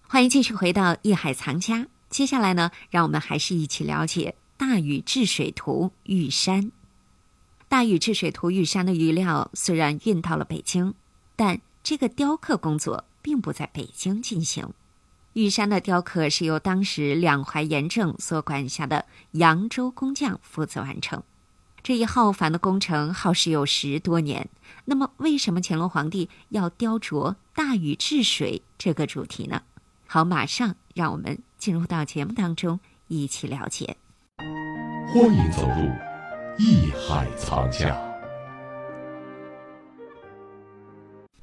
欢迎继续回到《艺海藏家》，接下来呢，让我们还是一起了解大禹治水图玉山。大禹治水图玉山的玉料虽然运到了北京，但这个雕刻工作并不在北京进行。玉山的雕刻是由当时两淮盐政所管辖的扬州工匠负责完成。这一浩繁的工程耗时有十多年。那么，为什么乾隆皇帝要雕琢大禹治水这个主题呢？好，马上让我们进入到节目当中，一起了解。欢迎走入艺海藏家。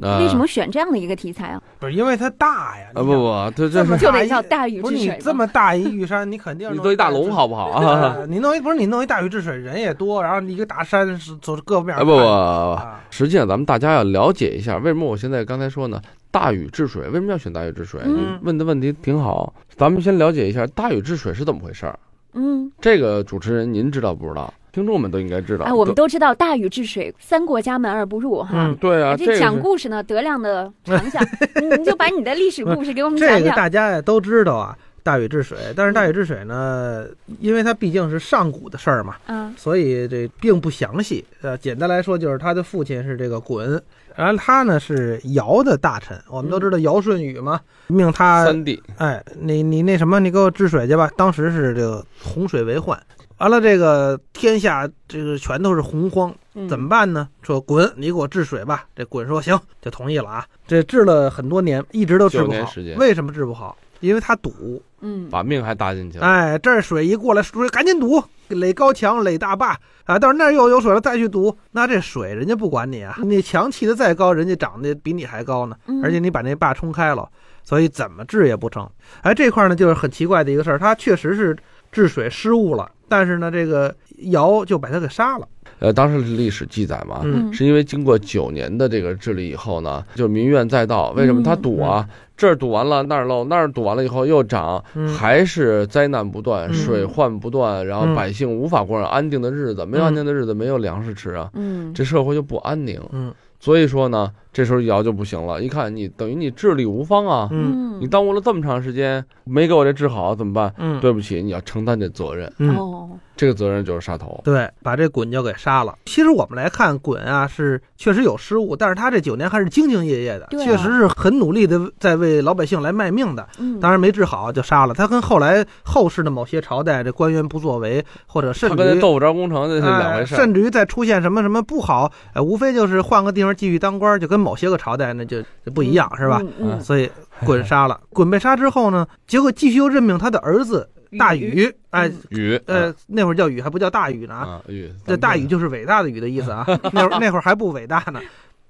呃为什么选这样的一个题材啊？不是因为它大呀？啊不不，这这这是么就大得一叫大禹不是治你水。这么大一玉山，你肯 定你都一大龙好不好 啊？啊？你弄一不是你弄一大禹治水，人也多，然后一个大山是走各面啊儿不不不看不，不啊，实际上咱们大家要了解一下，为什么我现在刚才说呢？大禹治水为什么要选大禹治水？嗯你问的问题挺好，咱们先了解一下大禹治水是怎么回事儿。嗯，这个主持人您知道不知道？听众们都应该知道。哎，我们都都知道大禹治水，三过家门而不入哈。嗯对啊，这个哎这是讲故事呢，德亮的长项，嗯你你就把你的历史故事给我们讲这个讲。大家也都知道啊。大禹治水，但是大禹治水呢，因为它毕竟是上古的事儿嘛，嗯所以这并不详细。呃，简单来说就是他的父亲是这个鲧，然后他呢是尧的大臣。我们都知道尧舜禹嘛，命他三 D 哎，你你那什么，你给我治水去吧。当时是这个洪水为患，完了这个天下这个全都是洪荒，嗯，怎么办呢？说滚，你给我治水吧。这滚说行，就同意了啊。这治了很多年，一直都治九不年好时间。为什么治不好？因为他堵，嗯把命还搭进去了。哎，这儿水一过来，说赶紧堵，垒高墙，垒大坝啊。到时候那儿又有水了，再去堵，那这水人家不管你啊。你墙砌的再高，人家长得比你还高呢。嗯而且你把那坝冲开了，所以怎么治也不成。哎，这块儿呢就是很奇怪的一个事儿，他确实是治水失误了，但是呢，这个尧就把他给杀了。呃，当时历史记载嘛，嗯嗯是因为经过九年的这个治理以后呢，就民怨载道。为什么嗯他堵啊？这儿堵完了，那儿漏，那儿堵完了以后又涨，嗯还是灾难不断，嗯水患不断，然后嗯百姓无法过上安定的日子，没有安定的日子，没有粮食吃啊，嗯这社会就不安宁。嗯所以说呢，这时候尧就不行了，一看你等于你治理无方啊，嗯你嗯耽误了这么长时间，没给我这治好怎么办？嗯，对不起，你要承担这责任，嗯哦这个责任就是杀头。对，把这鲧就给杀了。其实我们来看鲧啊，是确实有失误，但是他这九年还是兢兢业业的，对啊确实是很努力的在为老百姓来卖命的。嗯，当然没治好就杀了，他跟后来后世的某些朝代这官员不作为，或者甚他跟至于那豆腐渣工程这是两回事哎儿。甚至于再出现什么什么不好，呃，无非就是换个地方继续当官儿，就跟某些个朝代那就就不一样，是吧？啊嗯嗯所以鲧杀哎了，鲧被杀之后呢，结果继续又任命他的儿子大禹，哎，嗯禹，呃，那会儿叫禹还不叫大禹呢，啊，禹，这大禹就是伟大的禹的意思 啊，那会儿那会儿还不伟大呢，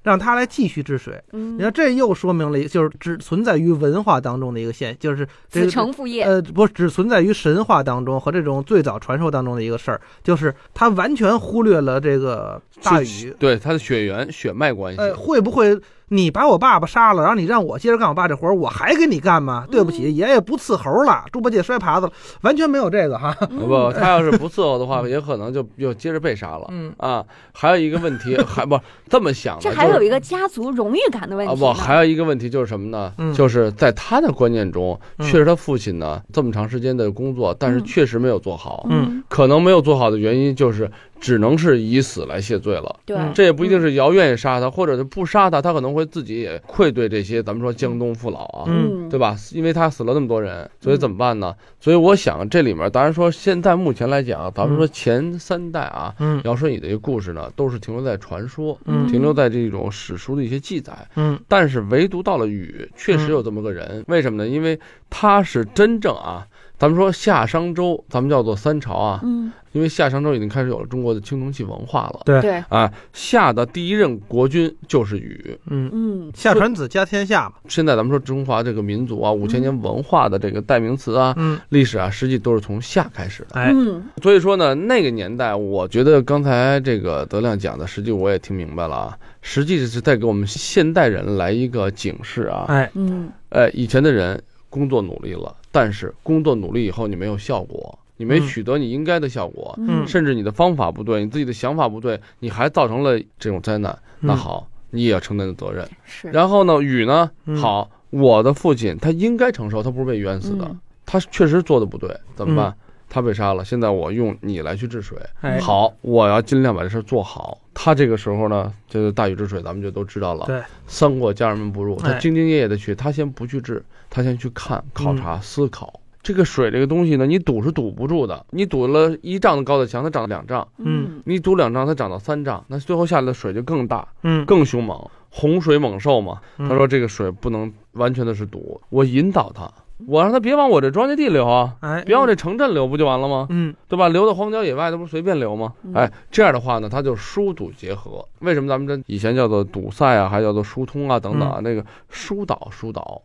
让他来继续治水。嗯，你看，这又说明了一，就是只存在于文化当中的一个现，就是这子个承父业，呃，不是只存在于神话当中和这种最早传说当中的一个事儿，就是他完全忽略了这个大禹。对他的血缘血脉关系，呃，会不会你把我爸爸杀了，然后你让我接着干我爸这活儿，我还给你干吗？对不起，嗯爷爷不伺候了，猪八戒摔耙子了，完全没有这个哈。嗯不，他要是不伺候的话，也可能就又接着被杀了。嗯，啊，还有一个问 题，还不这么想的，这还有就是一个家族荣誉感的问啊题不，呢。还有一个问题就是什么呢？嗯就是在他的观念中，嗯确实他父亲呢这么长时间的工作，但是嗯确实没有做好，嗯，可能没有做好的原因就是只能是以死来谢罪了。对，嗯这也不一定是尧愿意杀他，或者是不杀他，他可能会自己也愧对这些咱们说江东父老啊， 嗯对吧？因为他死了那么多人，所以怎么办呢？所以我想这里面，当然说现在目前来讲，啊咱们说前三代啊，嗯尧舜禹的一个故事呢，都是停留在传说，嗯停留在这种史书的一些记载。嗯但是唯独到了禹，确实有这么个人，为什么呢？因为他是真正啊，咱们说夏商周，咱们叫做三朝啊，嗯因为夏商周已经开始有了中国的青铜器文化了。对对，啊，夏的第一任国君就是禹。嗯，嗯夏传子家天下嘛。现在咱们说中华这个民族啊，五千年文化的这个代名词啊、嗯，历史啊，实际都是从夏开始的。哎，嗯所以说呢，那个年代，我觉得刚才这个德亮讲的，实际我也听明白了啊。实际是在给我们现代人来一个警示啊。哎，嗯呃，以前的人工作努力了，但是工作努力以后你没有效果，你没嗯取得你应该的效果，嗯，甚至你的方法不对，你自己的想法不对，你还造成了这种灾难。那嗯，好，你也要承担责任。是，然后呢，禹呢嗯，好，我的父亲他应该承受，他不是被冤死的，嗯他确实做的不对，怎么办？嗯他被杀了，现在我用你来去治水。哎，好，我要尽量把这事儿做好。他这个时候呢，这个大禹治水，咱们就都知道了。对，三过家人们不入，他哎嗯兢兢业业的去，他先不去治，他先去看、考察、思考。这个水这个东西呢，你堵是堵不住的。你堵了一丈高的墙，它长了两丈；嗯你堵两丈，它长到三丈，那最后下来的水就更大、嗯，更凶猛，洪水猛兽嘛。嗯他说，这个水不能完全的是堵，我引导他，我让他别往我这庄稼地流啊，哎，别往这城镇流，不就完了吗？嗯对吧？流到荒郊野外，那不是随便流吗？嗯哎，这样的话呢，它就疏堵结合。为什么咱们这以前叫做堵塞啊，还叫做疏通啊等等啊？嗯那个疏导，疏导，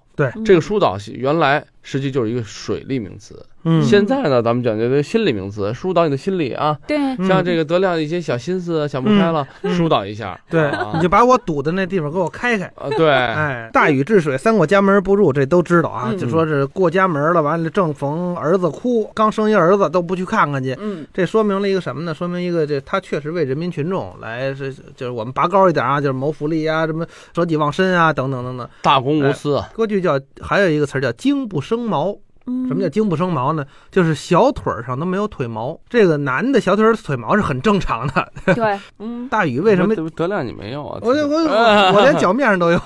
这个疏导原来实际就是一个水利名词，嗯，现在呢，咱们讲究的心理名词，疏导你的心理啊，对，嗯像这个德亮一些小心思啊想不开了，嗯疏导一下。对啊，你就把我堵的那地方给我开开。啊，对，哎，大禹治水，三过家门不入，这都知道啊。嗯就说是过家门了，完了正逢儿子哭，刚生一儿子都不去看看去，嗯这说明了一个什么呢？说明一个这他确实为人民群众来是就是我们拔高一点啊，就是谋福利啊，什么舍己忘身啊，等等等等。大公无私啊，歌剧叫还有一个词儿叫精不生毛，什嗯嗯什么叫精不生毛呢？就是小腿儿上都没有腿毛。这个男的小腿儿腿毛是很正常的。对，嗯大禹为什么？德德哎亮你没有啊？我我我我连脚面上都有，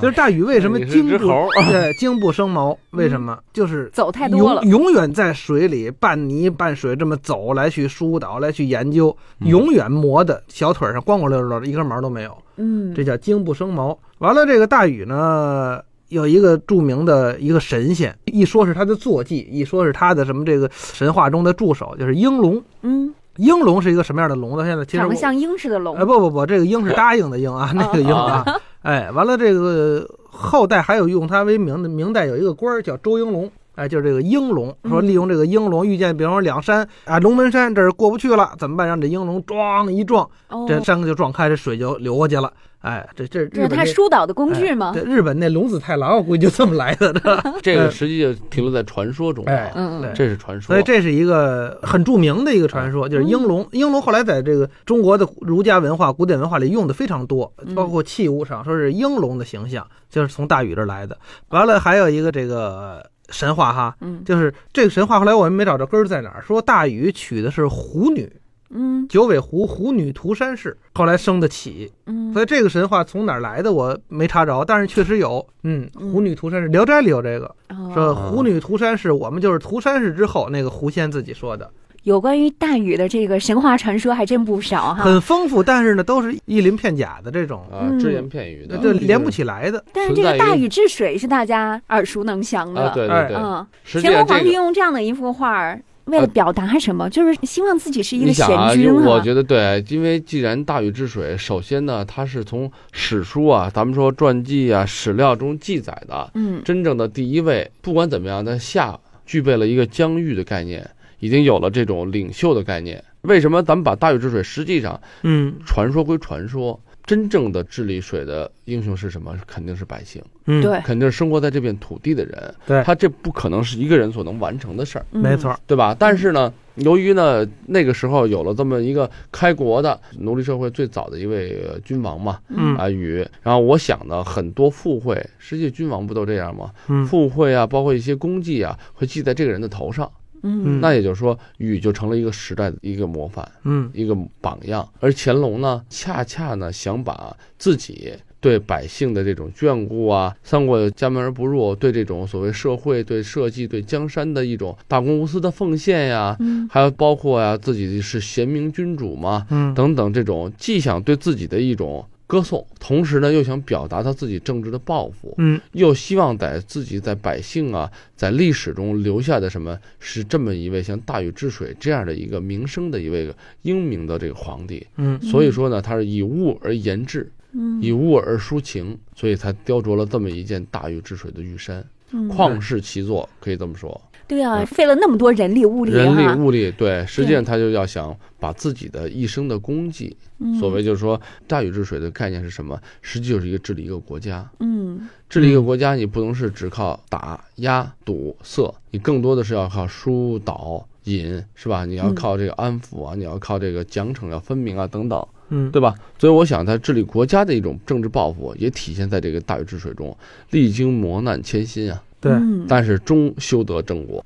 就是大禹为什么哎你是精只不猴对精不生毛？为什么？就是走啊嗯太多永了，永远在水里半泥半水这么走来去疏导来去研究，嗯永远磨的小腿上光光溜溜的，一根毛都没有，嗯这叫精不生毛。完了，这个大禹呢有一个著名的一个神仙，一说是他的坐骑，一说是他的什么这个神话中的助手，就是鹰龙。嗯，鹰龙是一个什么样的龙呢？现在其实长我得像鹰似的龙哎，，不不不，这个鹰是答应的鹰啊，那个鹰啊， 哎，完了这个后代还有用它为名的，明代有一个官儿叫周应龙。哎，就是这个鹰龙，说利用这个鹰龙遇见，比方说两山啊，龙门山这儿过不去了，怎么办？让这鹰龙咣一撞，哦这山就撞开，这水就流过去了。哎，这这这日是本他那哎疏导的工具吗对？日本那龙子太郎，我估计就这么来的。这这个实际就停留在传说中哎啊，嗯对这是传说所以。这是一个很著名的一个传说，就是鹰龙。鹰龙后来在这个中国的儒家文化、古典文化里用的非常多，包括器物上，说是鹰龙的形象就是从大禹这儿来的。完了，还有一个这个神话哈，嗯就是这个神话后来我们没找着根儿在哪儿，说大禹娶的是狐女，嗯九尾狐狐女涂山氏，后来生的起。嗯所以这个神话从哪儿来的我没查着，但是确实有，嗯，狐女涂山氏，《聊斋》里有这个。哦说狐女涂山氏，我们就是涂山氏之后那个狐仙自己说的，有关于大禹的这个神话传说还真不少哈。很丰富，但是呢都是一鳞片甲的这种，啊，只言片语的，嗯这连不起来的。但是这个大禹治水是大家耳熟能详的，啊，对哎对对，嗯，实际乾上隆这皇个帝用这样的一幅画儿，为呃了表达什么？就是希望自己是一你个想贤啊，君用我哈。觉得对，因为既然大禹治水，首先呢，它是从史书啊，咱们说传记啊、史料中记载的，嗯真正的第一位。不管怎么样，它夏具备了一个疆域的概念，已经有了这种领袖的概念。为什么咱们把大禹治水，实际上嗯传说归传说，真正的治理水的英雄是什么？肯定是百姓，嗯，对，肯定是生活在这片土地的人。对他这不可能是一个人所能完成的事儿。嗯没错，儿，对吧？但是呢，由于呢那个时候有了这么一个开国的奴隶社会最早的一位呃君王嘛，嗯啊禹，然后我想呢，很多附会，实际君王不都这样吗？嗯附会啊，包括一些功绩啊，会记在这个人的头上。嗯那也就是说，禹就成了一个时代的一个模范，嗯一个榜样。而乾隆呢，恰恰呢想把自己。对百姓的这种眷顾啊，三过家门而不入，对这种所谓社会、对社稷、对江山的一种大公无私的奉献呀、嗯还有包括呀、自己是贤明君主嘛，嗯，等等这种，既想对自己的一种歌颂，同时呢又想表达他自己政治的抱负，嗯又希望在自己在百姓啊，在历史中留下的什么是这么一位像大禹治水这样的一个名声的一位英明的这个皇帝。嗯所以说呢，他是以物而言志，嗯以物而抒情，所以才雕琢了这么一件大禹治水的玉山，嗯旷世奇作，可以这么说。对啊，嗯费了那么多人力物力啊人力哈。物力，对，实际上他就要想把自己的一生的功绩，嗯所谓就是说大禹治水的概念是什么？实际就是一个治理一个国家，嗯治理一个国家，你不能是只靠打压、堵、塞，你更多的是要靠疏导、引，是吧？你要靠这个安抚啊，你要靠这个奖惩要分明啊，等等，嗯，对吧？所以我想，他治理国家的一种政治抱负，也体现在这个大禹治水中，历经磨难千辛啊，对，嗯但是终修得正果。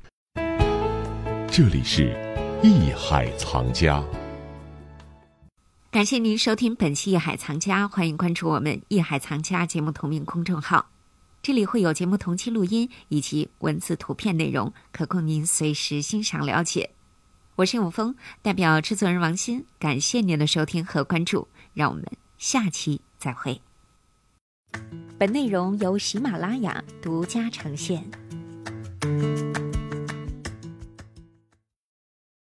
这里是《艺海藏家》。感谢您收听本期《艺海藏家》，欢迎关注我们《艺海藏家》节目同名公众号，这里会有节目同期录音以及文字、图片内容，可供您随时欣赏了解。我是永峰，代表制作人王鑫，感谢您的收听和关注，让我们下期再会。本内容由喜马拉雅独家呈现。